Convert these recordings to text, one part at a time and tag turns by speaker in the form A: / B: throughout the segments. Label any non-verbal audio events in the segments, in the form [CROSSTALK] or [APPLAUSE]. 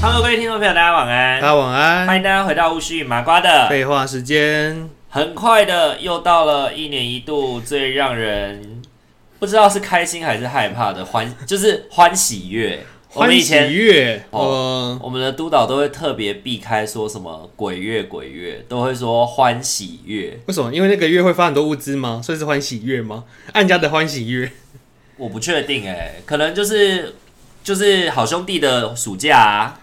A: Hello，各位听众朋友，大家晚
B: 大
A: 安。
B: 家晚
A: 欢
B: 安。
A: 迎大家回到巫师与麻瓜的。
B: 废话时间，
A: 很快的，又到了一年一度最让人不知道是开心还是害怕的欢，就是欢喜月。我们
B: 欢
A: 以
B: 喜
A: 前
B: 月，
A: 哦
B: 哦，
A: 我们的督导都会特别避开说什么鬼月、鬼月，都会说欢喜月。
B: 为什么？因为那个月会发很多物资吗？所以是欢喜月吗？按家的欢喜月，
A: 我不确定哎、可能就是就是好兄弟的暑假啊，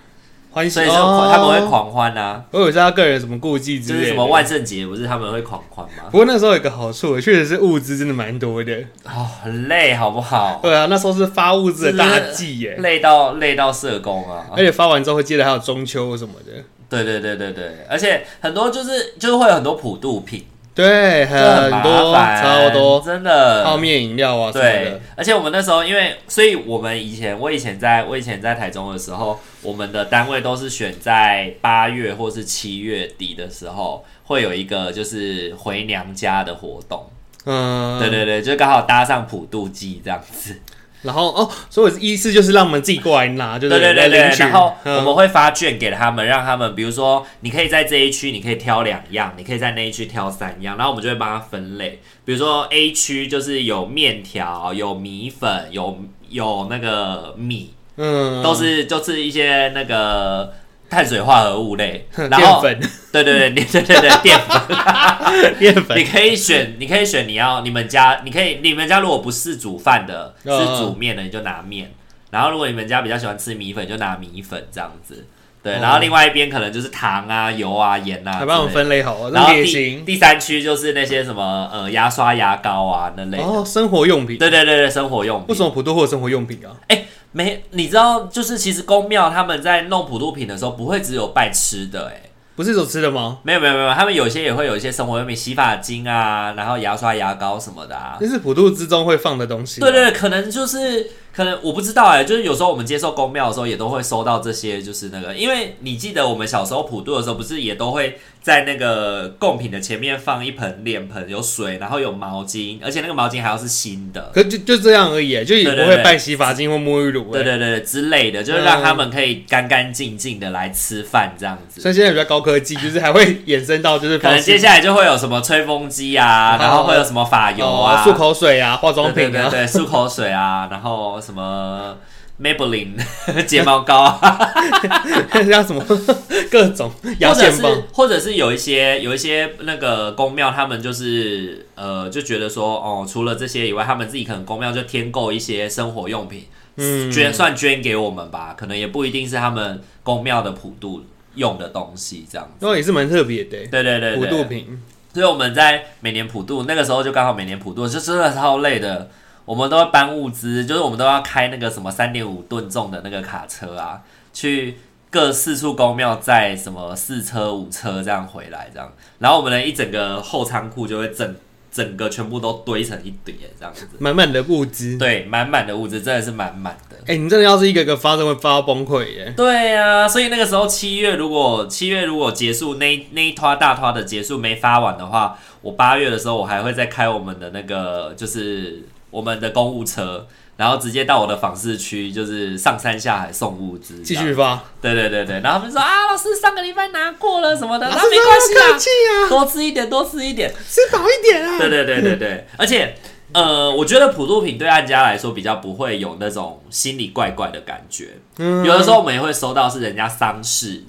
B: 欢喜，
A: 所以说他们会
B: 哦。
A: 狂欢啊。
B: 我有知道个人有什么顾忌之
A: 就
B: 类的，
A: 是什么万圣节，不是他们会狂欢吗？
B: 不过那时候有个好处，确实是物资真的蛮多的。
A: 哦，很累，好不
B: [LAUGHS]
A: 好？
B: 对啊，那时候是发物资的大忌耶，
A: 累到累到社工啊
B: 而！且发完之后会接着还有中秋什么的。
A: 对对对对对，而且很多就是就是会有很多普渡品，
B: 对，
A: 就很麻
B: 多啊
A: 烦，
B: 超多
A: 真
B: 泡
A: 的。
B: 面、饮料啊什么
A: 对
B: 的。，
A: 而且我们那时候因为，所以我们以前我以前在我以前在台中的时候，我们的单位都是选在八月或是七月底的时候，会有一个就是回娘家的活动。
B: 嗯，
A: 对对对，就刚好搭上普渡季这样子。
B: 然后哦，所以我意思就是让我们自己过来拿，就是
A: 对对对
B: 来领
A: 对，
B: 取
A: 然后我
B: 嗯
A: 们会发券给他们，让他们比如说，你可以在这一区你可以挑两样，你可以在那一区挑三样，然后我们就会帮他分类。比如说 A 区就是有面条、有米粉、有有那个米，
B: 嗯
A: 都是就是一些那个碳水化合物
B: [LAUGHS]
A: 类，然
B: 嗯淀
A: 后 [LAUGHS]
B: 粉，
A: 对对对对对对淀粉，
B: 淀粉
A: 你可以选，你可以选你要你们家，你可以你们家如果不是煮饭的，
B: 嗯
A: 是煮面的，你就拿面。然后如果你们家比较喜欢吃米粉，就拿米粉这样子。对，
B: 哦
A: 然后另外一边可能就是糖啊、油啊、盐啊之类的，
B: 还帮我们分类好，
A: 然
B: 那
A: 后
B: 也
A: 第
B: 行。
A: 第三区就是那些什么呃牙刷、牙膏啊那类的。
B: 哦，生活用品，
A: 对对对对，生活用品。
B: 为什么普渡会有生活用品啊？
A: 没？你知道，就是其实公庙他们在弄普渡品的时候，不会只有拜吃的、欸，哎，
B: 不是有吃的吗？
A: 没有没有没有，他们有些也会有一些生活用品，洗发精啊，然后牙刷、牙膏什么的啊。
B: 那是普渡之中会放的东西。啊
A: 对，对，对可能就是可能我不知道哎、就是有时候我们接受公庙的时候，也都会收到这些，就是那个，因为你记得我们小时候普渡的时候，不是也都会在那个贡品的前面放一盆脸盆，有水，然后有毛巾，而且那个毛巾还要是新的，
B: 可就就这样而已，就也
A: 对对
B: 不
A: 对
B: 会拜洗发精或沐浴乳。
A: 对
B: 哎，
A: 对对之类的，就是让他们可以干干净净的来吃饭这样子。
B: 所以现在比较高科技，就是还会衍生到就是
A: 啊可
B: 放
A: 能接下来就会有什么吹风机啊，
B: 哦
A: 然后会有什么发油
B: 哦
A: 啊，
B: 漱口水啊、化妆
A: 对
B: 品
A: 对对
B: 啊，
A: 对，漱口水啊，然后什么 Maybelline [LAUGHS] 睫毛膏啊。
B: [LAUGHS] 像什么各种牙
A: 或者
B: 线
A: 是
B: 棒。
A: 或者是有一些有一些那个公庙，他们就是呃就觉得说哦，除了这些以外，他们自己可能公庙就添购一些生活用品，
B: 嗯
A: 捐算捐给我们吧，可能也不一定是他们公庙的普渡用的东西这样子。
B: 因哦为也是蛮特别的，
A: 对对对
B: 普
A: 对，
B: 渡品。
A: 所以我们在每年普渡那个时候就刚好每年普渡，就真的超累的。我们都要搬物资，就是我们都要开那个什么三点五吨重的那个卡车啊，去各四处公庙载什么四车五车这样回来，这样，然后我们的一整个后仓库就会整整个全部都堆成一堆这样子，
B: 满满的物资。
A: 对，满满的物资真的是满满的。
B: 哎、你真的要是一个一个发，真会发到崩溃耶！
A: 对啊，所以那个时候七月如果七月如果结束那一那一拖大拖的结束没发完的话，我八月的时候我还会再开我们的那个就是我们的公务车，然后直接到我的访视区，就是上山下海送物资。
B: 继续，发，
A: 对对对对，然后他们说啊，老师上个礼拜拿过了什么的，
B: 老
A: 那、
B: 师
A: 啊、没关系
B: 不要客
A: 啦，
B: 气啊，
A: 多吃一点，多吃一点。
B: 吃饱一点啊。
A: [LAUGHS] 对对对对对，而且呃，我觉得普渡品对按家来说比较不会有那种心里怪怪的感觉。
B: 嗯，哦
A: 有的时候我们也会收到是人家丧事，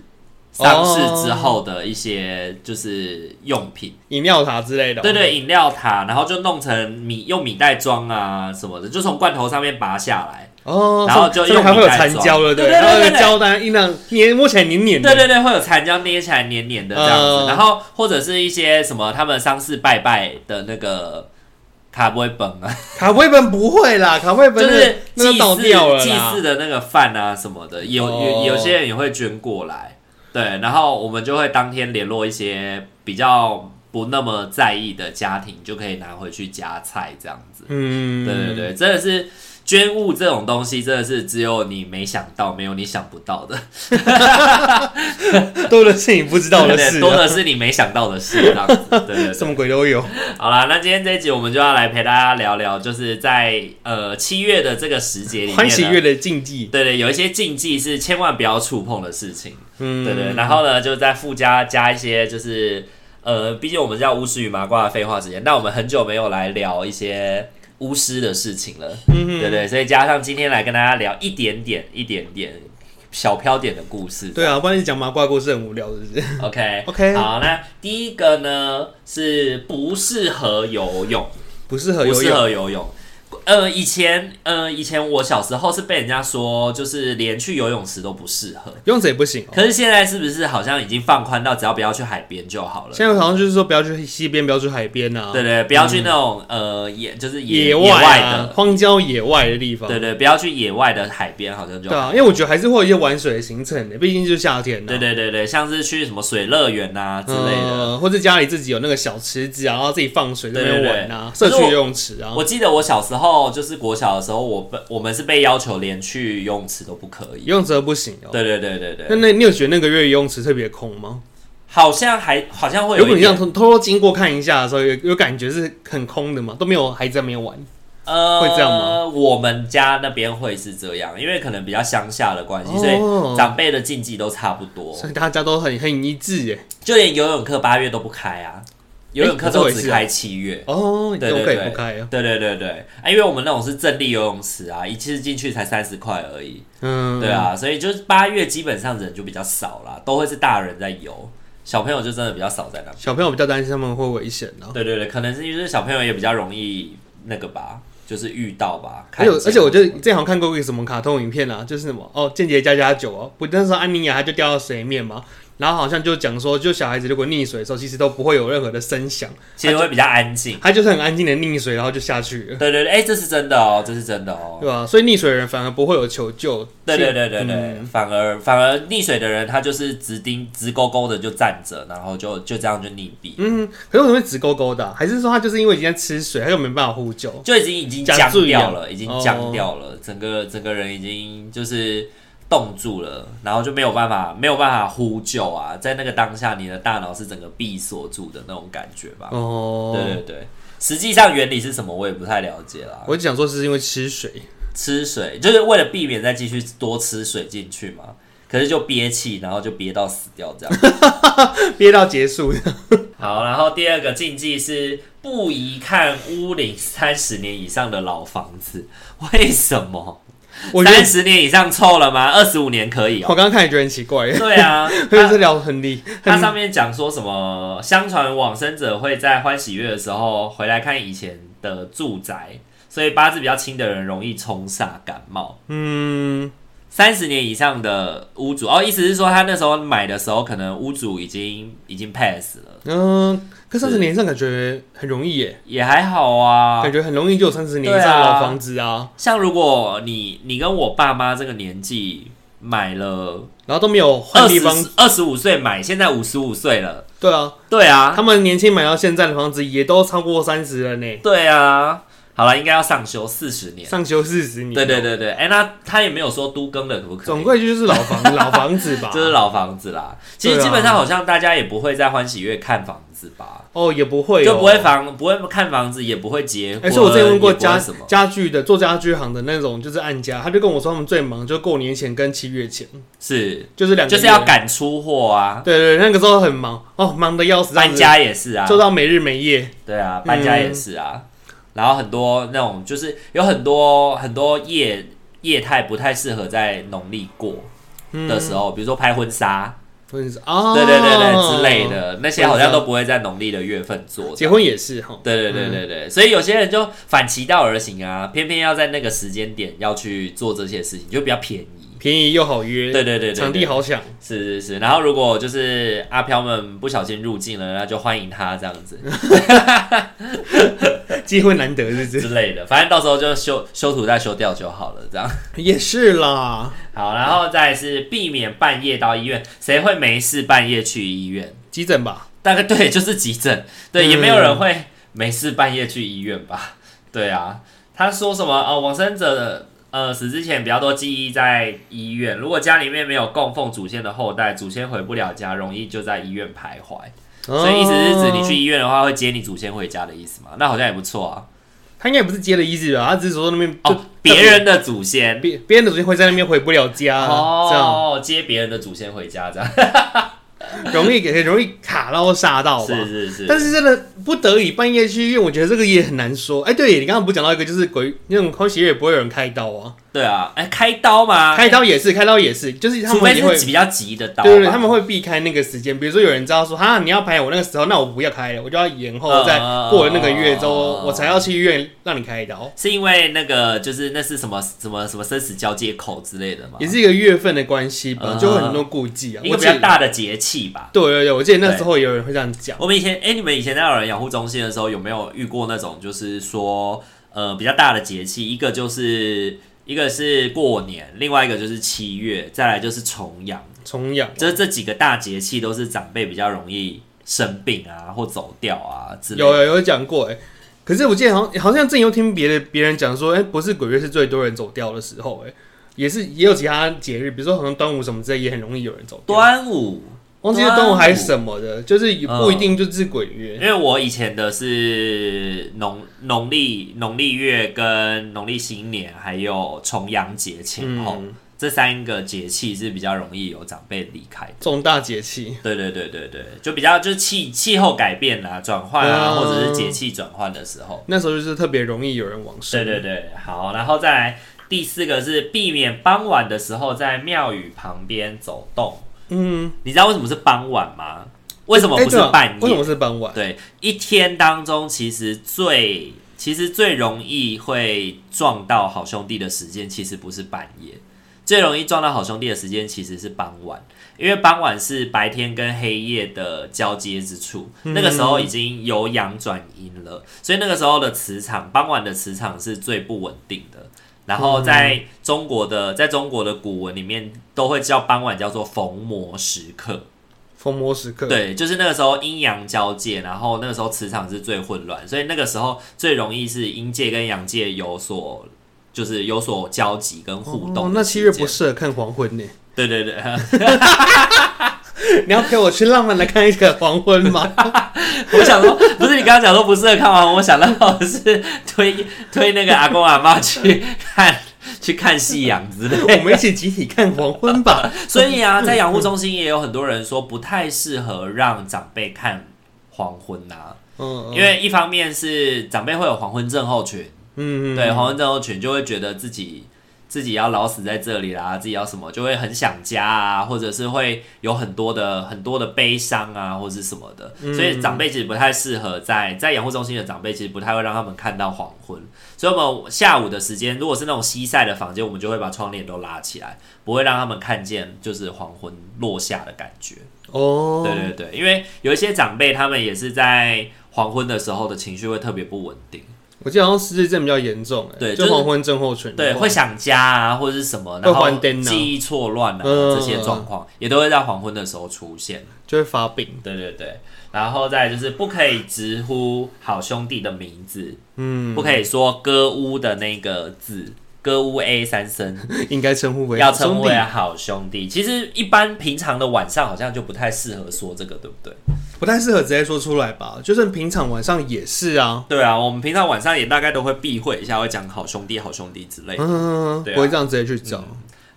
A: 丧事之后的一些就是用品，
B: 饮料塔之类的、
A: 对，对，饮料塔，然后就弄成米用米袋装啊什么的，就从罐头上面拔下来，
B: 哦，
A: 然后就
B: 上面还
A: 用
B: 会
A: 米
B: 有
A: 袋
B: 残胶了，
A: 装
B: 对，
A: 对对对
B: 然后那
A: 对
B: 个
A: 对
B: 胶带硬让黏，摸起来黏黏的。
A: 对对对，会有残胶捏起来黏黏的这样子，
B: 嗯
A: 然后或者是一些什么他们丧事拜拜的那个。卡不会崩啊，
B: 卡威本不会啦，卡威本
A: 就
B: 那
A: 是
B: 那
A: 祭
B: 个倒
A: 祀
B: 掉了
A: 祭
B: 啦
A: 祀。的那个饭啊什么的，有
B: 哦
A: 有有些人也会捐过来，对，然后我们就会当天联络一些比较不那么在意的家庭，就可以拿回去夹菜这样子。
B: 嗯，
A: 对对，对，真的是捐物这种东西，真的是只有你没想到，没有你想不到的。
B: 多的是你不知道
A: [LAUGHS] 对
B: 的
A: 对
B: 事
A: 多
B: 啊，
A: 的是你没想到的事，这样子。对对对
B: 什么鬼都有。
A: 好啦，那今天这一集我们就要来陪大家聊聊，就是在呃七月的这个时节里面呢，啊
B: 欢喜月的禁忌，
A: 对对，有一些禁忌是千万不要触碰的事情，
B: 嗯，
A: 对对。然后呢，就再附加加一些，就是呃，毕竟我们叫巫师与麻瓜的废话时间，那我们很久没有来聊一些巫师的事情了，
B: 嗯
A: 对对。所以加上今天来跟大家聊一点点、一点点小飘点的故事，
B: 对啊，不然你讲麻瓜故事很无聊，是不是？
A: ，OK
B: OK
A: 好，那第一个呢是不适合游泳。
B: 不适合
A: 不
B: 游
A: 适
B: 泳，
A: 合游泳。呃，以前呃，以前我小时候是被人家说，就是连去游泳池都不适合。
B: 游泳池也不行
A: [LAUGHS]
B: 哦。
A: 可是现在是不是好像已经放宽到只要不要去海边就好了？
B: 现在好像就是说不要去西边，不要去海边啊，
A: 对对，不要去那种、呃野，就是野
B: 野
A: 野
B: 外啊，
A: 的，
B: 荒郊野外的地方。
A: 对对，不要去野外的海边，好像就
B: 对啊，因为我觉得还是会有一些玩水的行程的，毕竟就是夏天
A: 对
B: 啊。
A: 对对对，像是去什么水乐园呐之类的。
B: 嗯，或者家里自己有那个小池子啊，然后自己放水在那边
A: 对对
B: 玩啊，
A: 对
B: 社
A: 可是
B: 区
A: 我
B: 游泳池啊，
A: 我记得我小时候就是国小的时候，我被我们是被要求连去游泳池都不可以。
B: 游泳池都不行哦。
A: 对对对对对，
B: 那那你有觉得那个月游泳池特别空吗？
A: 好像还好像会
B: 如
A: 有
B: 果
A: 一
B: 你这样
A: 点
B: 偷偷偷经过看一下的时候，有有感觉是很空的嘛，都没有孩子在那边玩。
A: 呃，
B: 会这样吗？
A: 我们家那边会是这样，因为可能比较乡下的关系，所以
B: 哦，
A: 长辈的禁忌都差不多，
B: 所以大家都很很一致耶。
A: 就连游泳课八月都不开啊，游泳课都只开
B: 啊
A: 七月。
B: 哦，
A: 对
B: 游
A: 对
B: 可以
A: 对
B: 不开啊。
A: 对对对对，啊，因为我们那种是正立游泳池啊，一次进去才三十块而已，
B: 嗯，
A: 对，啊，所以就是八月基本上人就比较少啦，都会是大人在游，小朋友就真的比较少在那。
B: 小朋友比较担心他们会危险啊。
A: 对对对，可能是因为小朋友也比较容易那个吧，就是遇到吧。
B: 而且
A: 看见
B: 而且，我
A: 或
B: 就
A: 什么
B: 之前好像看过一个什么卡通影片啊，就是什么哦，间谍加加酒哦，不那时候安妮亚她就掉到水面嘛，然后好像就讲说，就小孩子如果溺水的时候，其实都不会有任何的声响，
A: 其实会比较安静。
B: 他就是很安静的溺水，然后就下去了，
A: 对对对，哎、这是真的哦，这是真的哦。
B: 对吧、所以溺水的人反而不会有求救，
A: 对对
B: 是
A: 对对对，
B: 嗯
A: 反而反而溺水的人，他就是直盯直勾勾的就站着，然后就就这样就溺毙，
B: 嗯，可是为什么会直勾勾的啊、还是说他就是因为已经在吃水，他又没办法呼救？
A: 就已经已经
B: 僵
A: 僵
B: 住一
A: 掉
B: 样
A: 了，已经
B: 哦
A: 僵掉了，整个整个人已经就是冻住了，然后就没有办法没有办法呼救啊，在那个当下，你的大脑是整个闭锁住的那种感觉吧？
B: 哦，
A: 对对对，实际上原理是什么我也不太了解啦。
B: 我就想说是因为吃水，
A: 吃水，就是为了避免再继续多吃水进去嘛。可是就憋气，然后就憋到死掉这样。
B: 憋到结束，
A: 好，然后第二个禁忌是不宜看屋龄三十年以上的老房子， [LAUGHS] 为什么？
B: 我觉得
A: 三十年以上臭了吗？二十五年可以
B: 我
A: 哦、
B: 刚刚看也觉得很奇
A: [LAUGHS]
B: 怪，
A: 对啊，
B: 因为这聊得 [LAUGHS] 很离
A: 它上面讲说什么？相传往生者会在欢喜月的时候回来看以前的住宅，所以八字比较轻的人容易冲煞感冒。
B: 嗯，
A: 三十年以上的屋主哦，意思是说他那时候买的时候，可能屋主已经已经 pass 了，
B: 嗯，可三十年以上感觉很容易耶，
A: 也还好啊
B: 感。觉很容易就有三十年以
A: 对
B: 上
A: 啊
B: 的老房子啊，
A: 像如果你你跟我爸妈这个年纪买了
B: 然后都没有
A: 二
B: 换地
A: 十
B: 方，
A: 二十五岁买，现在五十五岁了，
B: 对啊，
A: 对啊，
B: 他们年轻买到现在的房子也都超过三十了呢，
A: 对啊，好了，应该要上修四十年。
B: 上修四十年，哦
A: 对对，对对，哎、那他也没有说都更了可不可
B: 总
A: 以？
B: 归啊就是老
A: [LAUGHS]
B: 房老房子吧
A: 这，是老房子啦，其实
B: 对啊
A: 基本上好像大家也不会在欢喜月看房子吧。
B: 哦也不会哦
A: 就不会房，不会看房子，也不会结婚。
B: 而且我之前问过
A: 也不会
B: 家
A: 什么，
B: 家具的做家具行的那种，就是按家，他就跟我说他们最忙就过年前跟七月前，
A: 是
B: 就是两个
A: 就是
B: 月
A: 要赶出货啊，
B: 对对，对那个时候很忙哦，忙的要死，
A: 搬家也是啊
B: 这样子，做到没日没夜，
A: 对啊，搬家也是啊。然后很多那种就是有很多很多业业态不太适合在农历过
B: 嗯
A: 的时候，比如说拍婚纱，
B: 婚纱啊，
A: 对对对对之类，的，那些好像都不会在农历的月份做的。
B: 结婚也是哈，
A: 对对对对对，所以有些人就反其道而行啊，偏偏要在那个时间点要去做这些事情，就比较便宜。
B: 便宜又好约，
A: 对对对对，对
B: 场地好抢， [LAUGHS]
A: 是是是，然后如果就是阿飘们不小心入境了，那就欢迎他这样子。
B: 机会难得，是不
A: [LAUGHS]
B: 是？
A: 之类的，反正到时候就修修图再修掉就好了，这样。
B: 也是啦，
A: [LAUGHS] 好，然后再来是避免半夜到医院，谁会没事半夜去医院？
B: 急诊吧，
A: 大概对，就是急诊，对，
B: 嗯
A: 也没有人会没事半夜去医院吧？对啊，他说什么？呃，往生者的呃死之前比较多记忆在医院，如果家里面没有供奉祖先的后代，祖先回不了家，容易就在医院徘徊。所以意思是指你去
B: 哦，
A: 医院的话，会接你祖先回家的意思嘛？那好像也不错啊。
B: 他应该也不是接的意思吧？啊他只是说那边就
A: 哦，别人的祖先
B: 别别人的主会在那边回不了家，啊这样
A: 哦，接别人的祖先回家这样，
B: 容易很容易卡到煞到吧？
A: 是是是。
B: 但是真的不得已半夜去医院，我觉得这个也很难说。哎、对你刚刚不是讲到一个，就是鬼那种空袭也不会有人开刀啊，
A: 对啊，哎、开刀吗？
B: 开刀也是，开刀也是，就是他
A: 除非
B: 们也会
A: 是，比较急的刀吧，
B: 对对对，他们会避开那个时间。比如说有人知道说，哈，你要排我那个时候，那我不要开了，我就要延后，
A: 嗯
B: 再过了那个月之
A: 嗯
B: 后，
A: 嗯
B: 我才要去医院让你开刀，
A: 是因为那个就是那是什么什么什么生死交界口之类的嘛，
B: 也是一个月份的关系吧
A: 嗯，
B: 就会很多顾忌啊。
A: 一
B: 我
A: 个
B: 记
A: 比
B: 得
A: 较，大的节气吧。
B: 对对对，我记得那时候有人会这样讲，
A: 我们以前，哎、你们以前在老人养护中心的时候，有没有遇过那种，就是说，呃，比较大的节气，一个就是一个是过年，另外一个就是七月，再来就是重阳，
B: 重阳
A: 就是这几个大节气都是长辈比较容易生病啊，或走掉啊之类
B: 有
A: 的。
B: 有有讲过哎、可是我记得好像好像正有听别的别人讲说，哎、不是鬼月是最多人走掉的时候哎、也是也有其他节日，比如说好像端午什么之类，也很容易有人走掉。
A: 端午，
B: 忘记是端午还是什么的，就是也不一定就是鬼
A: 因
B: 月。
A: 为我以前的是农农历农历月跟农历新年，还有重阳节前后、
B: 嗯，
A: 这三个节气是比较容易有长辈离开的。
B: 重大节气，
A: 对对对对对，就比较就是气气候改变啦、转换啊，
B: 嗯
A: 或者是节气转换的时候。
B: 那时候就是特别容易有人往生。
A: 对对对，好，然后再来第四个是避免傍晚的时候在庙宇旁边走动。
B: 嗯，
A: 你知道为什么是傍晚吗？为什么
B: 哎
A: 不是
B: 对啊
A: 半
B: 为什么
A: 夜？
B: 是傍晚？
A: 对，一天当中其实最其实最容易会撞到好兄弟的时间，其实不是半夜，最容易撞到好兄弟的时间其实是傍晚，因为傍晚是白天跟黑夜的交接之处，那个时候已经由阳转阴了，所以那个时候的磁场，傍晚的磁场是最不稳定的。然后在中国的，在中国的古文里面都会叫傍晚叫做逢魔时刻，
B: 逢魔时刻，
A: 对，就是那个时候阴阳交界，然后那个时候磁场是最混乱，所以那个时候最容易是阴界跟阳界有所就是有所交集跟互动、
B: 哦。那七月
A: 是？
B: 不适合看
A: [LAUGHS]
B: 黄昏呢？
A: 对对对，
B: 你要陪我去浪漫的看一个黄昏吗？
A: [LAUGHS] 我想说，不是你刚刚讲说不适合看完，我想到 [LAUGHS] 是推推那个阿公阿妈去看 [LAUGHS] 去看夕阳之
B: [LAUGHS]
A: 类的。
B: 我们一起集体看黄
A: [LAUGHS]
B: 昏吧。
A: 所以啊，在养护中心也有很多人说不太适合让长辈看黄昏呐、啊
B: 嗯，
A: 因为一方面是长辈会有黄昏症候群。
B: 嗯，嗯
A: 对，黄昏症候群就会觉得自己自己要老死在这里啦，自己要什么就会很想家啊，或者是会有很多的很多的悲伤啊，或是什么的。所以长辈其实不太适合在在养护中心的长辈，其实不太会让他们看到黄昏。所以我们下午的时间，如果是那种西晒的房间，我们就会把窗帘都拉起来，不会让他们看见就是黄昏落下的感觉。
B: 哦，
A: 对对对，因为有一些长辈他们也是在黄昏的时候的情绪会特别不稳定。
B: 我记得好像失智症比较严重、欸，
A: 对就
B: 就是黄昏症候群的
A: 对，
B: 话，
A: 会想家啊，或者是什么，
B: 会
A: 然后
B: 幻灯啊
A: 记忆错乱啊，
B: 嗯
A: 这些状况也都会在黄昏的时候出现。
B: 就会发
A: [LAUGHS]
B: 病。
A: 对对对，然后再来就是不可以直呼好兄弟的名字，
B: 嗯，
A: 不可以说歌屋的那个字，歌屋 A 三声
B: 应该称呼为
A: 要称
B: 兄
A: 为好兄弟。其实一般平常的晚上好像就不太适合说这个，对不对？
B: 弟，不太适合直接说出来吧。就算平常晚上也是啊，
A: 对啊，我们平常晚上也大概都会避讳一下，会讲好兄弟、好兄弟之类的。
B: 嗯，
A: 对啊嗯
B: 不会这样直接去找。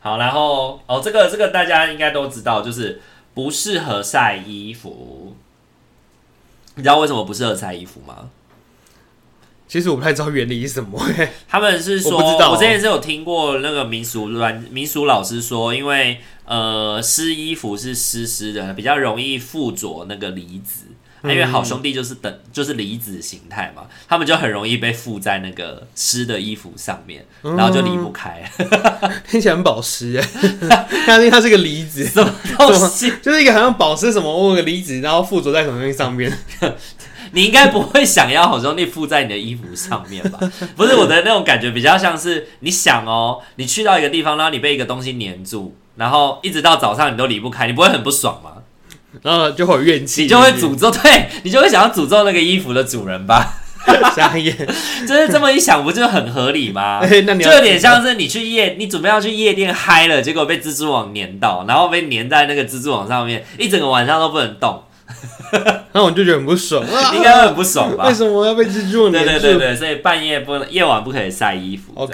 A: 好，然后哦，这个这个大家应该都知道，就是不适合晒衣服。你知道为什么不适合晒衣服吗？
B: 其实我不太知道原理是什么、欸，
A: 他们是说，
B: 我不知道
A: 之前是有听过那个民俗软民俗老师说，因为呃湿衣服是湿湿的，比较容易附着那个离子。啊因为好兄弟就是等就是离子形态嘛，他们就很容易被附在那个湿的衣服上面，
B: 嗯
A: 然后就离不开。 [LAUGHS]
B: 听起来很宝石、 [LAUGHS] 欸，它因为它是个离子，
A: 什么东西？
B: [LAUGHS] 就是一个好像宝石什么，我有个离子，然后附着在什么东西上面，
A: 你应该不会想要好兄弟附在你的衣服上面
B: [LAUGHS]
A: 吧？不是我的那种感觉，比较像是你想哦，你去到一个地方，然后你被一个东西黏住，然后一直到早上你都离不开，你不会很不爽吗？
B: 然后就会有怨气，
A: 你就会诅咒，对你就会想要诅咒那个衣服的主人吧？
B: [LAUGHS]
A: [LAUGHS]
B: 傻眼。
A: 就是这么一想，不就很合理吗？
B: [LAUGHS] 哎那你
A: 就
B: 要
A: 有点像是你去夜，你准备要去夜店嗨了，结果被蜘蛛网粘到，然后被粘在那个蜘蛛网上面，一整个晚上都不能
B: [LAUGHS]
A: 动，
B: 然后我就觉得很不爽，啊
A: 应该会很不爽吧
B: [LAUGHS] 为？什么要被蜘蛛
A: 对
B: 粘
A: 对
B: 住？
A: 对对，所以半夜不能，夜晚不可以晒衣服。
B: OK，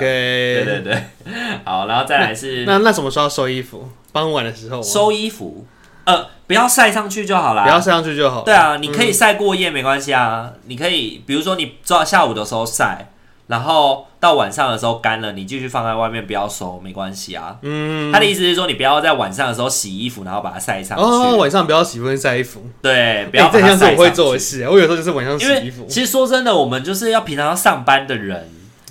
A: 这样对对对， [LAUGHS] 好，然后再来是
B: 那那什么时候要收衣服？傍晚的时候吗，啊
A: 收衣服，呃，不要晒上去就好
B: 不要
A: 啦。
B: 晒嗯上去就好。
A: 对啊，你可以晒过夜没关系啊，你可以比如说你抓下午的时候晒，然后到晚上的时候干了，你继续放在外面不要收，没关系啊。
B: 嗯，
A: 他的意思是说，你不要在晚上的时候洗衣服，然后把它晒上去。
B: 哦，晚上不要洗不能晒衣服。
A: 对，不
B: 哎
A: 要把
B: 这
A: 它晒
B: 像是
A: 上
B: 我
A: 去。
B: 会做的事，啊我有时候就是晚上
A: 因
B: 洗衣
A: 为
B: 服。
A: 其实说真的，我们就是要平常要上班的人，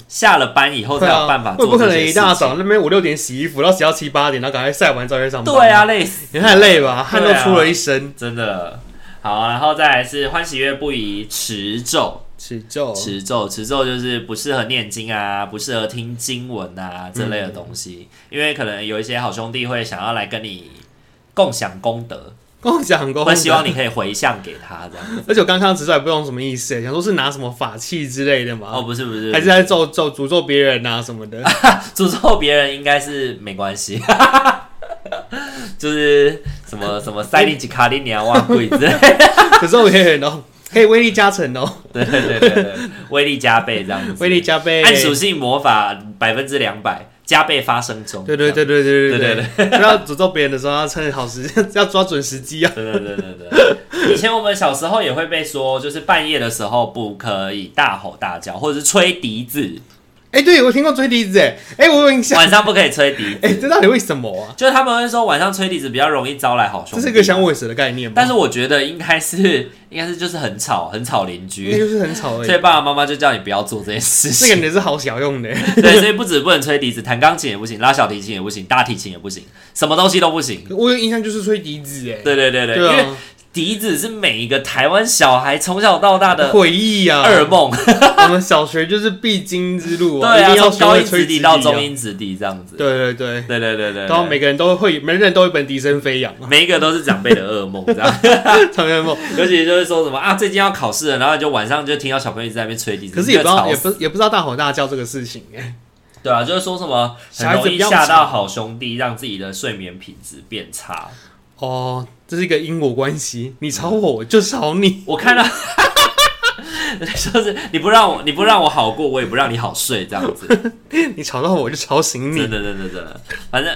A: 下了班以后才
B: 对
A: 有
B: 啊，
A: 办法做
B: 我也不可
A: 这
B: 能
A: 些
B: 一
A: 事情。
B: 大早那边五六点洗衣服，然后洗到七八点，然后赶快晒完之后再上班。
A: 对，啊，累死，
B: 也太累吧，汗都
A: 对啊
B: 出了一身。
A: 真的。好，然后再来是欢喜月不宜持咒，
B: 起皱，
A: 持咒，持咒就是不适合念经啊，不适合听经文啊这类的东西，因为可能有一些好兄弟会想要来跟你共享功德，
B: 共享功
A: 会希
B: 德。
A: 望你可以回向给他这样。
B: [LAUGHS] 而且我刚看到直出来不懂什么意思，想说是拿什么法器之类的
A: 哦，
B: 嘛，
A: 不是不是，
B: 还是在咒咒诅咒别人啊什么的。 [LAUGHS]
A: 诅咒别人应该是没关系， [LAUGHS] 就是什么什么塞利吉卡利尼亚万贵之类的，
B: 可是我可以很哦，可以威力加成哦，
A: [LAUGHS] 对对对对对，威力加倍这样子，
B: 威力加倍。
A: 按属性魔法百分之两百，加倍发生中，
B: 对对对对对
A: 对对
B: 对，不要诅咒别人的时候要趁好时 [LAUGHS] 间，要抓准时机啊。
A: 对对对对对，以前我们小时候也会被说，就是半夜的时候不可以大吼大叫，或者是吹笛
B: [LAUGHS]
A: 子，
B: 哎，对我听过吹笛子，哎，哎，我有印象，
A: 晚上不可以吹笛
B: 哎，
A: 子，
B: 这到底为什么啊？
A: 就是他们会说晚上吹笛子比较容易招来好兄弟，
B: 这是一个响尾蛇的概念吗？
A: 啊但是我觉得应该是 [LAUGHS] 应该是就是很吵很吵邻居
B: 那。哎就是很吵而
A: 所以
B: 已。
A: 爸爸妈妈就叫你不要做这件事
B: 这个
A: 情。
B: 你是好小用的， [LAUGHS]
A: 对，所以不止不能吹笛子，弹钢琴也不行，拉小提琴也不行，大提琴也不行，什么东西都不行。
B: 我有印象就是吹笛子，哎，
A: 对对对对，
B: 对
A: 因为
B: 啊，
A: 笛子是每一个台湾小孩从小到大的
B: 回忆啊，
A: 噩梦。
B: [LAUGHS] 我们小学就是必经之路
A: 对
B: 一定
A: 啊，
B: 要
A: 从
B: 学
A: 高
B: 会
A: 音
B: 吹
A: 子
B: 笛
A: 弟
B: 啊
A: 到中，音子弟这样子。
B: 对对对，
A: 对对对对，对
B: 然后每个人都会，每个人都有一本笛声飞 [LAUGHS] 扬，
A: 每一个都是长辈的噩梦，这样。 [LAUGHS]
B: 常见梦。
A: 尤其就是说什么啊，最近要考试了，然后你就晚上就听到小朋友一直在那边吹笛子，
B: 可是也不
A: 你就
B: 知
A: 会
B: 道，
A: 吵
B: 也
A: 死
B: 不也不知道大吼大叫这个事情，哎，
A: 对啊，就是说什么
B: 小
A: 很
B: 孩子
A: 容易
B: 比较
A: 吓到
B: 吵
A: 好兄弟，让自己的睡眠品质变差。
B: 哦，这是一个因果关系，你吵我，我就吵你。 [LAUGHS]
A: 我看到， [LAUGHS] 就是你不让我，你不让我好过，我也不让你好睡，这样子，
B: 你吵到我我就吵醒
A: 真
B: 你。
A: 的，真的，真的，反正。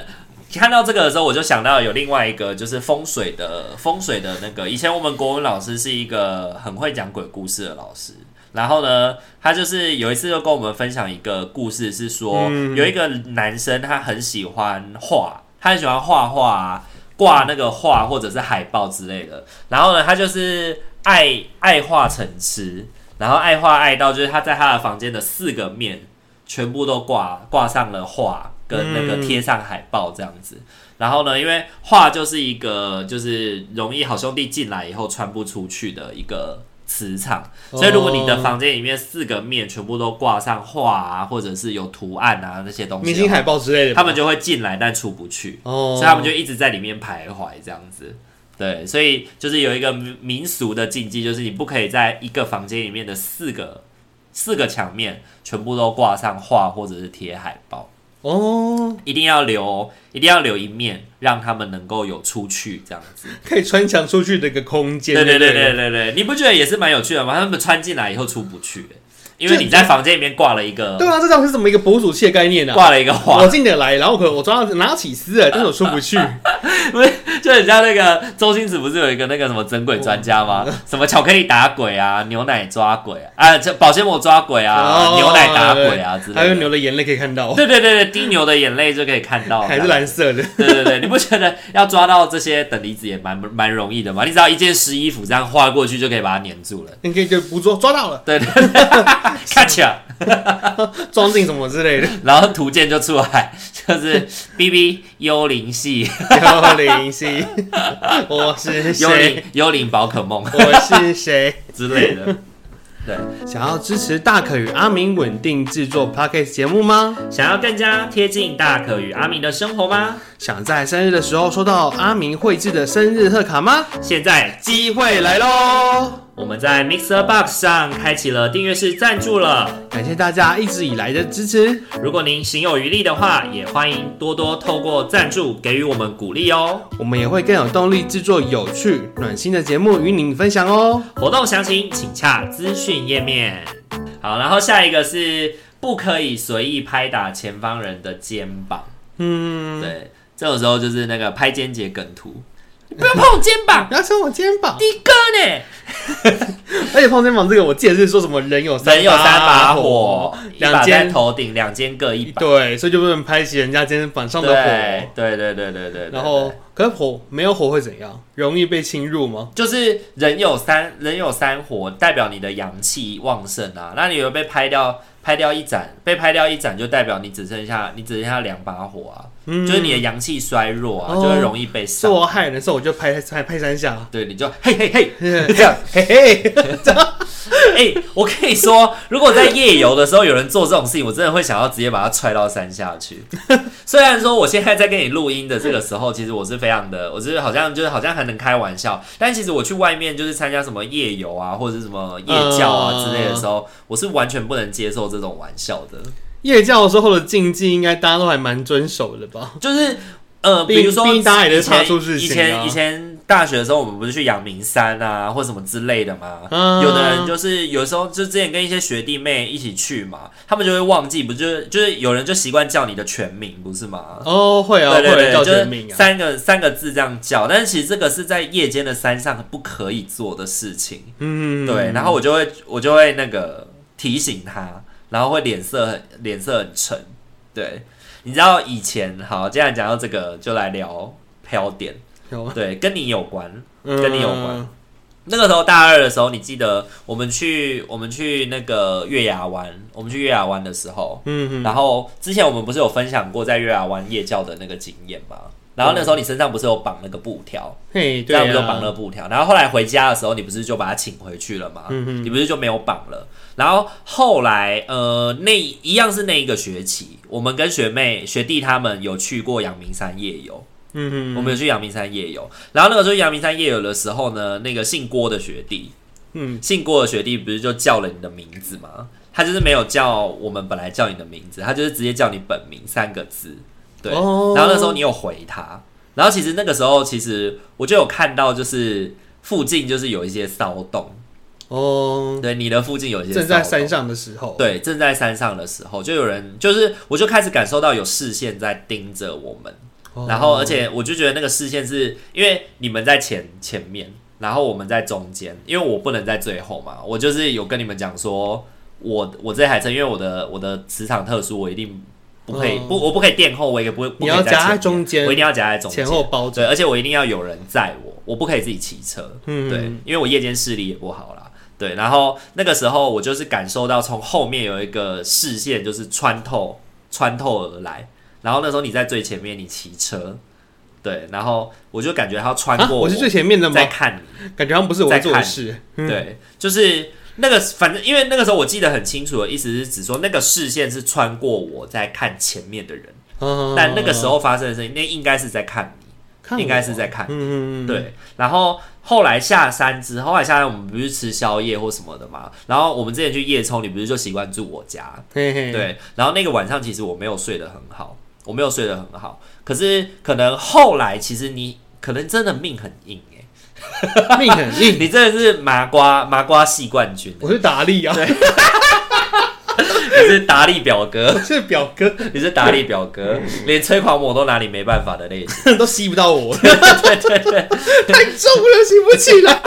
A: 看到这个的时候，我就想到有另外一个，就是风水的风水的那个。以前我们国文老师是一个很会讲鬼故事的老师，然后呢，他就是有一次就跟我们分享一个故事，是说、有一个男生他很喜欢画，他很喜欢画画、啊，挂那个画或者是海报之类的。然后呢，他就是爱爱画成痴，然后爱画爱到就是他在他的房间的四个面全部都挂挂上了画，跟那个贴上海报这样子。然后呢，因为画就是一个就是容易好兄弟进来以后传不出去的一个磁场，所以如果你的房间里面四个面全部都挂上画啊，或者是有图案啊那些东
B: 明
A: 西
B: 星
A: 的话，
B: 海报之类的吧，
A: 他们就会进来但出不去。
B: 哦，
A: 所以他们就一直在里面徘徊这样子。对，所以就是有一个民民俗的禁忌，就是你不可以在一个房间里面的四个四个墙面全部都挂上画或者是贴海报，
B: 哦，
A: 一定要留一定要留一面，让他们能够有出去这样子。
B: 可以穿墙出去的一个空间。
A: 对对
B: 对
A: 对
B: 不
A: 对，对对，你不觉得也是蛮有趣的吗？他们穿进来以后出不去、因为你在房间里面挂了一个
B: 对啊，这到底是怎么一个博主器的概念啊？
A: 挂了一个画
B: 我，进得来，然后可我抓到拿起丝了，但是我出
A: [LAUGHS]
B: 不去。
A: 就很像那个周星驰不是有一个那个什么整鬼专家吗？什么巧克力打鬼啊，牛奶抓鬼啊，啊，这保鲜膜抓鬼啊，
B: 哦
A: 牛奶打鬼啊之
B: 还有
A: 类的。
B: 牛的眼泪可以看到，
A: 对对对对，滴牛的眼泪就可以看到。
B: 还是蓝色的。
A: 对对对，你不觉得要抓到这些等离子也蛮蛮容易的吗？你只要一件湿衣服这样划过去就可以把它粘住了。
B: [LAUGHS] 你可以就捕捉抓到了，
A: 对对对，看起来，
B: 装进什么之 [LAUGHS] 类的，
A: 然后图鉴就出来，就是 B B 幽灵系
B: 幺零 [LAUGHS] 七，我是
A: 幽
B: 谁？
A: 灵幽灵宝可梦
B: [LAUGHS] 我是谁？
A: 之类的。对，
B: 想要支持大可与阿明稳定制作 podcast 节目吗？
A: 想要更加贴近大可与阿明的生活吗？
B: 想在生日的时候收到阿明绘制的生日贺卡吗？
A: 现在
B: 机会来喽！
A: 我们在 Mixer Box 上开启了订阅式赞助了。
B: 感谢大家一直以来的支持，
A: 如果您行有余力的话，也欢迎多多透过赞助给予我们鼓励哦。
B: 我们也会更有动力制作有趣、暖心的节目与您分享哦。
A: 活动详情请洽资讯页面。好，然后下一个是不可以随意拍打前方人的肩膀。
B: 嗯，
A: 对，这种时候就是那个拍肩节梗图，你不要碰我肩膀，
B: [LAUGHS] 不要捶我肩膀，
A: 的哥呢？
B: 而且碰肩膀这个，我记得是说什么人有
A: 人有三把火，一把
B: 两
A: 在
B: 肩
A: 头顶，两肩各一把。
B: [LAUGHS] 对，所以就不能拍起人家肩膀上的火
A: 对。对对对对对，
B: 然后，可是火没有火会怎样？容易被侵入吗？
A: 就是人有三人有三火，代表你的阳气旺盛啊。那你有被拍掉拍掉一盏，被拍掉一盏就代表你只剩下你只剩下两把火啊，
B: 嗯
A: 就是你的阳气衰弱啊，
B: 哦
A: 就会容易被
B: 是
A: 伤。
B: 我害人的时候，我就拍拍拍三下，
A: 对，你就嘿嘿嘿， [LAUGHS]
B: 这 [LAUGHS] 样，嘿嘿，
A: 哎、我跟你说，如果在夜游的时候有人做这种事情，我真的会想要直接把他踹到山下
B: [LAUGHS]
A: 去。虽然说我现在在跟你录音的这个时候，其实我是非常的，我就是好像就是好像还能开玩笑，但其实我去外面就是参加什么夜游啊，或者是什么夜教啊之类的时候，
B: 嗯
A: 我是完全不能接受这种玩笑的。
B: 夜教的时候的禁忌，应该大家都还蛮遵守的吧？
A: 就是呃，
B: 毕
A: 比如说
B: 毕竟大家也
A: 以
B: 是
A: 前
B: 查出事
A: 以
B: 情啊
A: 前以前大学的时候，我们不是去阳明山啊，或什么之类的嘛。
B: 嗯
A: 有的人就是有时候就之前跟一些学弟妹一起去嘛，他们就会忘记，不就是就是有人就习惯叫你的全名，不是吗？
B: 哦，会
A: 对
B: 啊，会有
A: 对对，
B: 人叫
A: 就
B: 全名
A: 是
B: 啊，
A: 三个三个字这样叫，但是其实这个是在夜间的山上不可以做的事情。
B: 嗯，
A: 对，然后我就会我就会那个提醒他，然后会脸色很脸色很沉。对，你知道以前好，既然讲到这个，就来聊飘点。
B: 有
A: 对，跟你有关。
B: 嗯
A: 跟你有关那个时候大二的时候，你记得我们去我们去那个月牙湾，我们去月牙湾的时候，
B: 嗯
A: 然后之前我们不是有分享过在月牙湾夜教的那个经验吗？然后那时候你身上不是有绑那个布条，
B: 嘿，
A: 这
B: 对
A: 样
B: 啊，
A: 不就绑了布条？然后后来回家的时候，你不是就把它请回去了吗？
B: 嗯哼
A: 你不是就没有绑了？然后后来，呃，那一样是那一个学期，我们跟学妹、学弟他们有去过阳明山夜游，
B: 嗯
A: 我们有去阳明山夜游。然后那个时候阳明山夜游的时候呢，那个姓郭的学弟，
B: 嗯，
A: 姓郭的学弟不是就叫了你的名字吗？他就是没有叫我们本来叫你的名字，他就是直接叫你本名三个字。对，
B: 哦
A: 然后那时候你有回他，然后其实那个时候其实我就有看到，就是附近就是有一些骚动，
B: 哦，
A: 对，你的附近有一些
B: 正在
A: 骚动
B: 山，上的时候，
A: 对，正在山上的时候，就有人就是我就开始感受到有视线在盯着我们，
B: 哦，
A: 然后而且我就觉得那个视线是因为你们在前前面，然后我们在中间，因为我不能在最后嘛，我就是有跟你们讲说，我我这台车因为我的我的磁场特殊，我一定不可以、
B: 嗯
A: 不我不可以垫后，我也不不可
B: 你
A: 以
B: 要
A: 在
B: 夹
A: 前
B: 在
A: 面
B: 中间
A: 我一定要夹在中间
B: 前后包着，
A: 对，而且我一定要有人载我，我不可以自己骑车，
B: 嗯
A: 对，因为我夜间视力也不好啦。对，然后那个时候我就是感受到从后面有一个视线就是穿透穿透而来，然后那时候你在最前面，你骑车，对，然后我就感觉他穿
B: 啊，
A: 过
B: 我是最前面的吗嗯
A: 在？看你，
B: 感觉好像不是我
A: 在
B: 在做的
A: 看
B: 事，
A: 对，就是那个反正因为那个时候我记得很清楚的意思是指说那个视线是穿过我在看前面的人，
B: 嗯
A: 但那个时候发生的事情，那应该是在看
B: 看
A: 你，应该
B: 我
A: 是在看你。
B: 嗯，嗯，嗯
A: 对，然后后来下山之后，后来下山我们不是吃宵夜或什么的嘛，然后我们之前去夜冲，你不是就习惯住我家，
B: 嘿嘿，，
A: 对，然后那个晚上其实我没有睡得很好，我没有睡得很好，可是可能后来其实你可能真的命很硬
B: [LAUGHS]
A: 哎、
B: 命很硬，
A: 你真的是麻瓜麻瓜系冠军欸、
B: 我是达利啊，
A: 你是达利表哥，
B: 我是表哥，
A: 你是达利表哥，连吹狂魔都拿你没办法的类型，
B: 都吸不到我，
A: [LAUGHS] 对对对。
B: 太重了，吸不起来。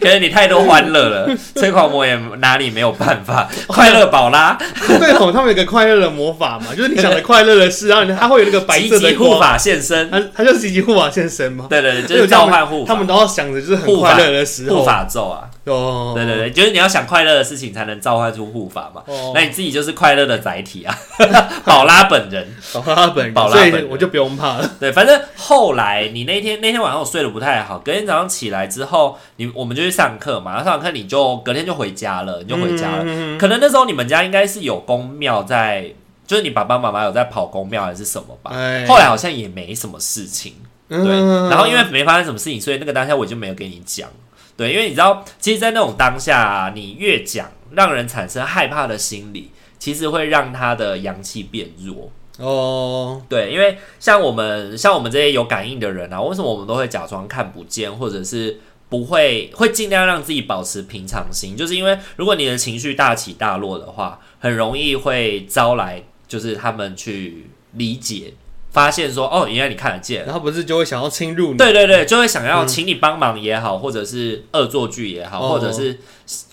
A: 可是你太多欢乐了，吹狂魔也拿你没有办
B: [LAUGHS]
A: 法。
B: 哦
A: 快乐宝拉，
B: 对吼，他们有个快乐的魔法嘛，就是你想的快乐的事，然后你它会有那个白
A: 积
B: 色的
A: 极护
B: 光，
A: 法现身。
B: 它它就是积极护法现身嘛。
A: [LAUGHS] 对对对，就
B: 所以
A: 是
B: 他
A: 召
B: 们
A: 唤护
B: 他
A: 法
B: 们，都要想着就是很快乐的时候，
A: 护法咒啊，
B: 哦，
A: 对对对，就是你要想快乐的事情，才能召唤出护法嘛。
B: 哦
A: 那你自己就是快乐的载体啊， [LAUGHS] 宝拉本人。
B: 宝拉本人，
A: 宝拉
B: 所
A: 本人
B: 以我就不用怕了。
A: 对，反正后来你那天那天晚上我睡得不太好，隔天早上起来之后，你我们就去上课嘛，上完课你就隔天就回家了，你就回家了。
B: 嗯
A: 可能那时候你们家应该是有公庙在，就是你爸爸妈妈有在跑公庙还是什么吧？
B: 哎
A: 后来好像也没什么事情。对，
B: 嗯
A: 然后因为没发生什么事情，所以那个当下我就没有跟你讲。对，因为你知道，其实，在那种当下、啊，你越讲，让人产生害怕的心理，其实会让他的阳气变弱。
B: 哦，
A: 对，因为像我们像我们这些有感应的人啊，为什么我们都会假装看不见，或者是不会会尽量让自己保持平常心？就是因为如果你的情绪大起大落的话，很容易会招来就是他们去理解，发现说哦，原来你看得见，
B: 然后不是就会想要侵入你？
A: 对对对，就会想要请你帮忙也好，或者是恶作剧也好，
B: 哦
A: 或者是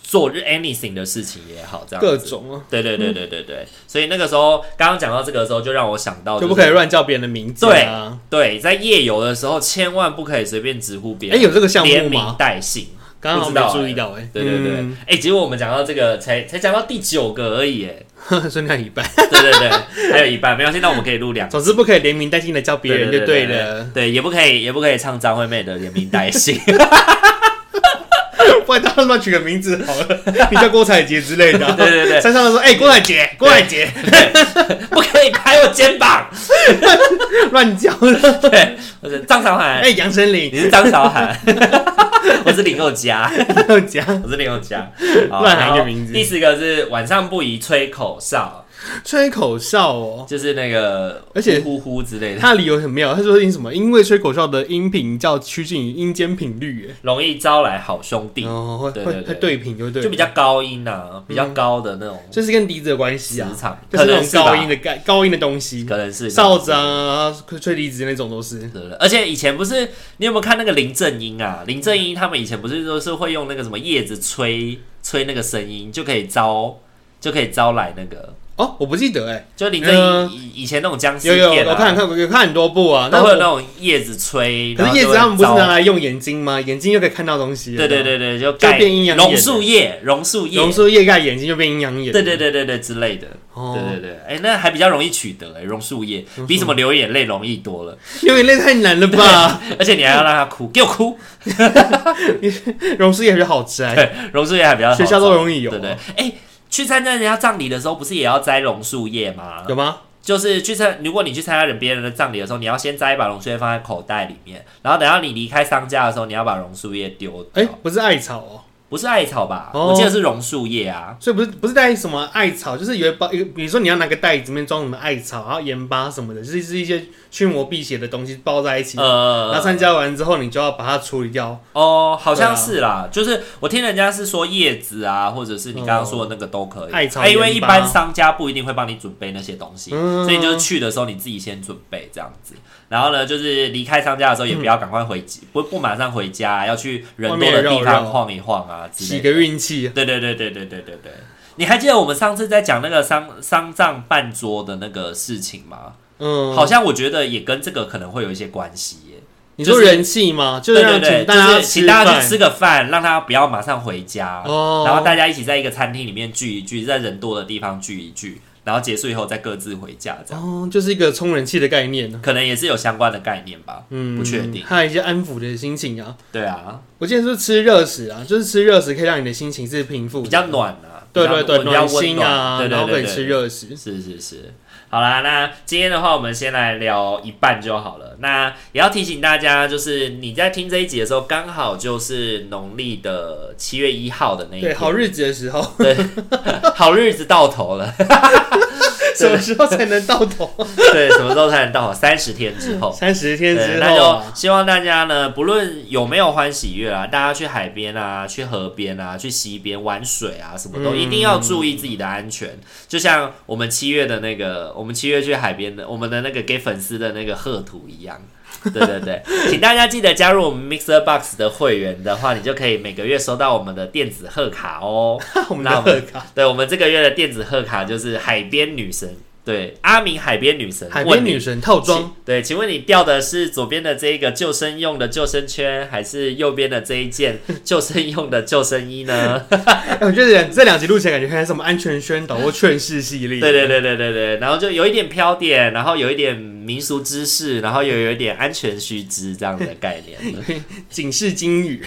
A: 做 anything 的事情也好，这样
B: 各
A: 子。
B: 种啊，
A: 对对对对对对，所以那个时候刚刚讲到这个的时候，就让我想到、、
B: 就是不可以乱叫别人的名字啊。
A: 对，在夜游的时候千万不可以随便直呼别
B: 哎，
A: 人，
B: 有这个项
A: 连
B: 目
A: 名
B: 吗？
A: 带姓。
B: 刚刚好
A: 不知道
B: 没
A: 哎
B: 注意到哎。
A: 对对对，哎、
B: 嗯，
A: 结果我们讲到这个才才讲到第九个而已，哎，
B: [LAUGHS] 剩下一半，
A: 对对
B: [LAUGHS]
A: 对，还有一半，没关系，那我们可以录两。
B: 啊总之不可以连名带姓的叫别人就
A: 对
B: 了，
A: 对，也不可以，也不可以唱张惠妹的连名带姓。
B: [LAUGHS] 不然大家乱取个名字好了，你叫郭采洁之类的啊。
A: [LAUGHS] 对对对，
B: 山上的说：“哎，郭采洁，郭采洁， [LAUGHS]
A: 不可以拍我肩膀。
B: 乱叫了。
A: 对，我是张韶”涵，
B: 哎，杨丞琳，
A: 你是张韶涵， [LAUGHS] 我是林宥嘉，
B: 又讲
A: 我是林宥
B: [LAUGHS]
A: 嘉。好
B: 乱喊一
A: 然
B: 个
A: 后
B: 名字
A: 第四个是晚上不宜吹口哨，
B: 吹口哨哦。
A: 就是那个
B: 而且
A: 呼呼呼之类的，
B: 他的理由很妙，他说因什么？因为吹口哨的音频较趋近于阴间频率，哎
A: 容易招来好兄弟，
B: 哦，会
A: 对
B: 会
A: 对对
B: 会对频就对，
A: 就比较高音啊，比较高的那种
B: 就是跟笛子有关系
A: 磁
B: 啊，
A: 场，
B: 就是那
A: 可能
B: 种
A: 是吧
B: 高音，的概高音的东西，
A: 可能是
B: 哨子。啊，吹笛子那种都是。
A: 对对对而且以前不是你有没有看那个林正英啊？林正英他们以前不是都是会用那个什么叶子吹吹那个声音，就可以招就可以招来那个
B: 哦，我不记得哎，
A: 就林正
B: 嗯
A: 英以以前那种僵尸
B: 有
A: 片、啊
B: 有，我看看有看很多部啊，
A: 都
B: 但
A: 会有
B: 我
A: 那种叶子吹，
B: 可
A: 然
B: 是
A: 后
B: 叶
A: 就
B: 子
A: 会
B: 他们不是
A: 招
B: 拿来用眼睛吗？眼睛就可以看到东西。
A: 对对，对对，就
B: 就
A: 盖
B: 变阴阳眼
A: 榕树叶、榕树叶，
B: 榕树叶盖眼睛就变阴阳眼。
A: 对对对对对之类的，
B: 哦
A: 对对对，哎、那还比较容易取得哎、榕树叶比什么流眼泪容易多了，
B: 流眼泪太难了吧？
A: [LAUGHS] 而且你还要让它哭，给我哭，
B: 榕树叶比较好摘，
A: 对，榕树叶还比较好
B: 学校都容易
A: 找
B: 有
A: 对对
B: 啊，
A: 哎、去参加人家葬礼的时候，不是也要摘榕树叶吗？
B: 有吗？
A: 就是去参，如果你去参加人别人的葬礼的时候，你要先摘一把榕树叶放在口袋里面，然后等到你离开丧家的时候，你要把榕树叶丢掉。
B: 哎，不是艾草哦。
A: 不是艾草吧？
B: 哦
A: 我记得是榕树叶啊。
B: 所以不是不是带什么艾草，就是有一包，一个比如说你要拿个袋子里面装什么艾草，然后盐巴什么的，就是是一些驱魔辟邪的东西包在一起。然后
A: 呃，
B: 参加完之后，你就要把它处理掉。
A: 哦，好像是啦，就是我听人家是说叶子啊，或者是你刚刚说的那个都可以。
B: 哦艾草
A: 哎因为
B: 盐
A: 一
B: 巴
A: 般商家不一定会帮你准备那些东西，
B: 嗯
A: 所以你就是去的时候你自己先准备这样子。然后呢，就是离开商家的时候也不要赶快回，不不马上回家，要去人多的地
B: 外
A: 方
B: 面绕绕
A: 晃一晃啊之
B: 洗
A: 类的。
B: 个运气，
A: 对对对对对对对对。你还记得我们上次在讲那个丧丧葬办桌的那个事情吗？
B: 嗯，
A: 好像我觉得也跟这个可能会有一些关系耶。
B: 你说
A: 就是
B: 人气嘛，就
A: 对对
B: 是让
A: 对，
B: 请
A: 就
B: 大家
A: 是请大家去吃
B: 吃
A: 个饭，让他不要马上回家
B: 饭，哦，
A: 然后大家一起在一个餐厅里面聚一聚，在人多的地方聚一聚，然后结束以后再各自回家，这样
B: 哦，就是一个冲人气的概念呢。
A: 可能也是有相关的概念吧。
B: 嗯，
A: 不确定
B: 还有一些安抚的心情啊。
A: 对啊，
B: 我记得是吃热食啊，就是吃热食可以让你的心情是平复的，
A: 比较暖啊，
B: 对对对
A: 比较
B: 暖
A: 温
B: 心
A: 暖，
B: 啊，
A: 对对
B: 然后可
A: 对
B: 以吃
A: 对，
B: 热食。
A: 是是是。好啦，那今天的话，我们先来聊一半就好了。那也要提醒大家，就是你在听这一集的时候，刚好就是农历的七月一号的那一
B: 对，
A: 天，
B: 好日子的时候，
A: 好日子到头了。
B: 什么时候才能到头？
A: 对，什么时候才能到？ [LAUGHS] 三十天之后。
B: 三十天
A: 对，
B: 之
A: 那
B: 后
A: 就
B: 啊，
A: 希望大家呢，不论有没有欢喜月啊，大家去海边啊、去河边啊、去溪边玩水啊，什么都、
B: 嗯
A: 一定要注意自己的安全。就像我们七月的那个，我们七月去海边的，我们的那个给粉丝的那个贺图一样。对对
B: [LAUGHS]
A: 对，请大家记得加入我们 Mixer Box 的会员的话，你就可以每个月收到我们的电子贺卡哦。
B: [LAUGHS] 我们
A: 那
B: 的
A: 我们
B: 贺卡
A: 对我们这个月的电子贺卡就是海边女神，对，阿明海边女神，
B: 海
A: 问
B: 边
A: 你
B: 女神套
A: [LAUGHS]
B: 装，
A: 请对，请问你掉的是左边的这一个救生用的救生圈，还是右边的这一件 [LAUGHS] 救生用的救生衣
B: [LAUGHS]
A: 呢？
B: 哎我觉得这两集录起来感觉像什么安全宣导或劝世系列。
A: 对对对对对对，然后就有一点飘点，然后有一点民俗知识，然后又有一点安全须知这样的概
B: [LAUGHS]
A: 念。
B: 警示金
A: [LAUGHS]
B: 语，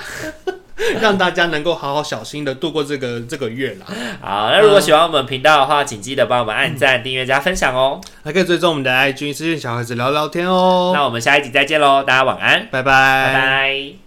B: [LAUGHS] 让大家能够好好小心的度过这个这个月啦。
A: 好，那如果喜欢我们频道的话，请记得帮我们按
B: 嗯
A: 赞、订阅、加分享哦。
B: 还可以追踪我们的 IG，私讯小孩子聊聊天哦。
A: 那我们下一集再见喽，大家晚安，
B: 拜拜
A: 拜拜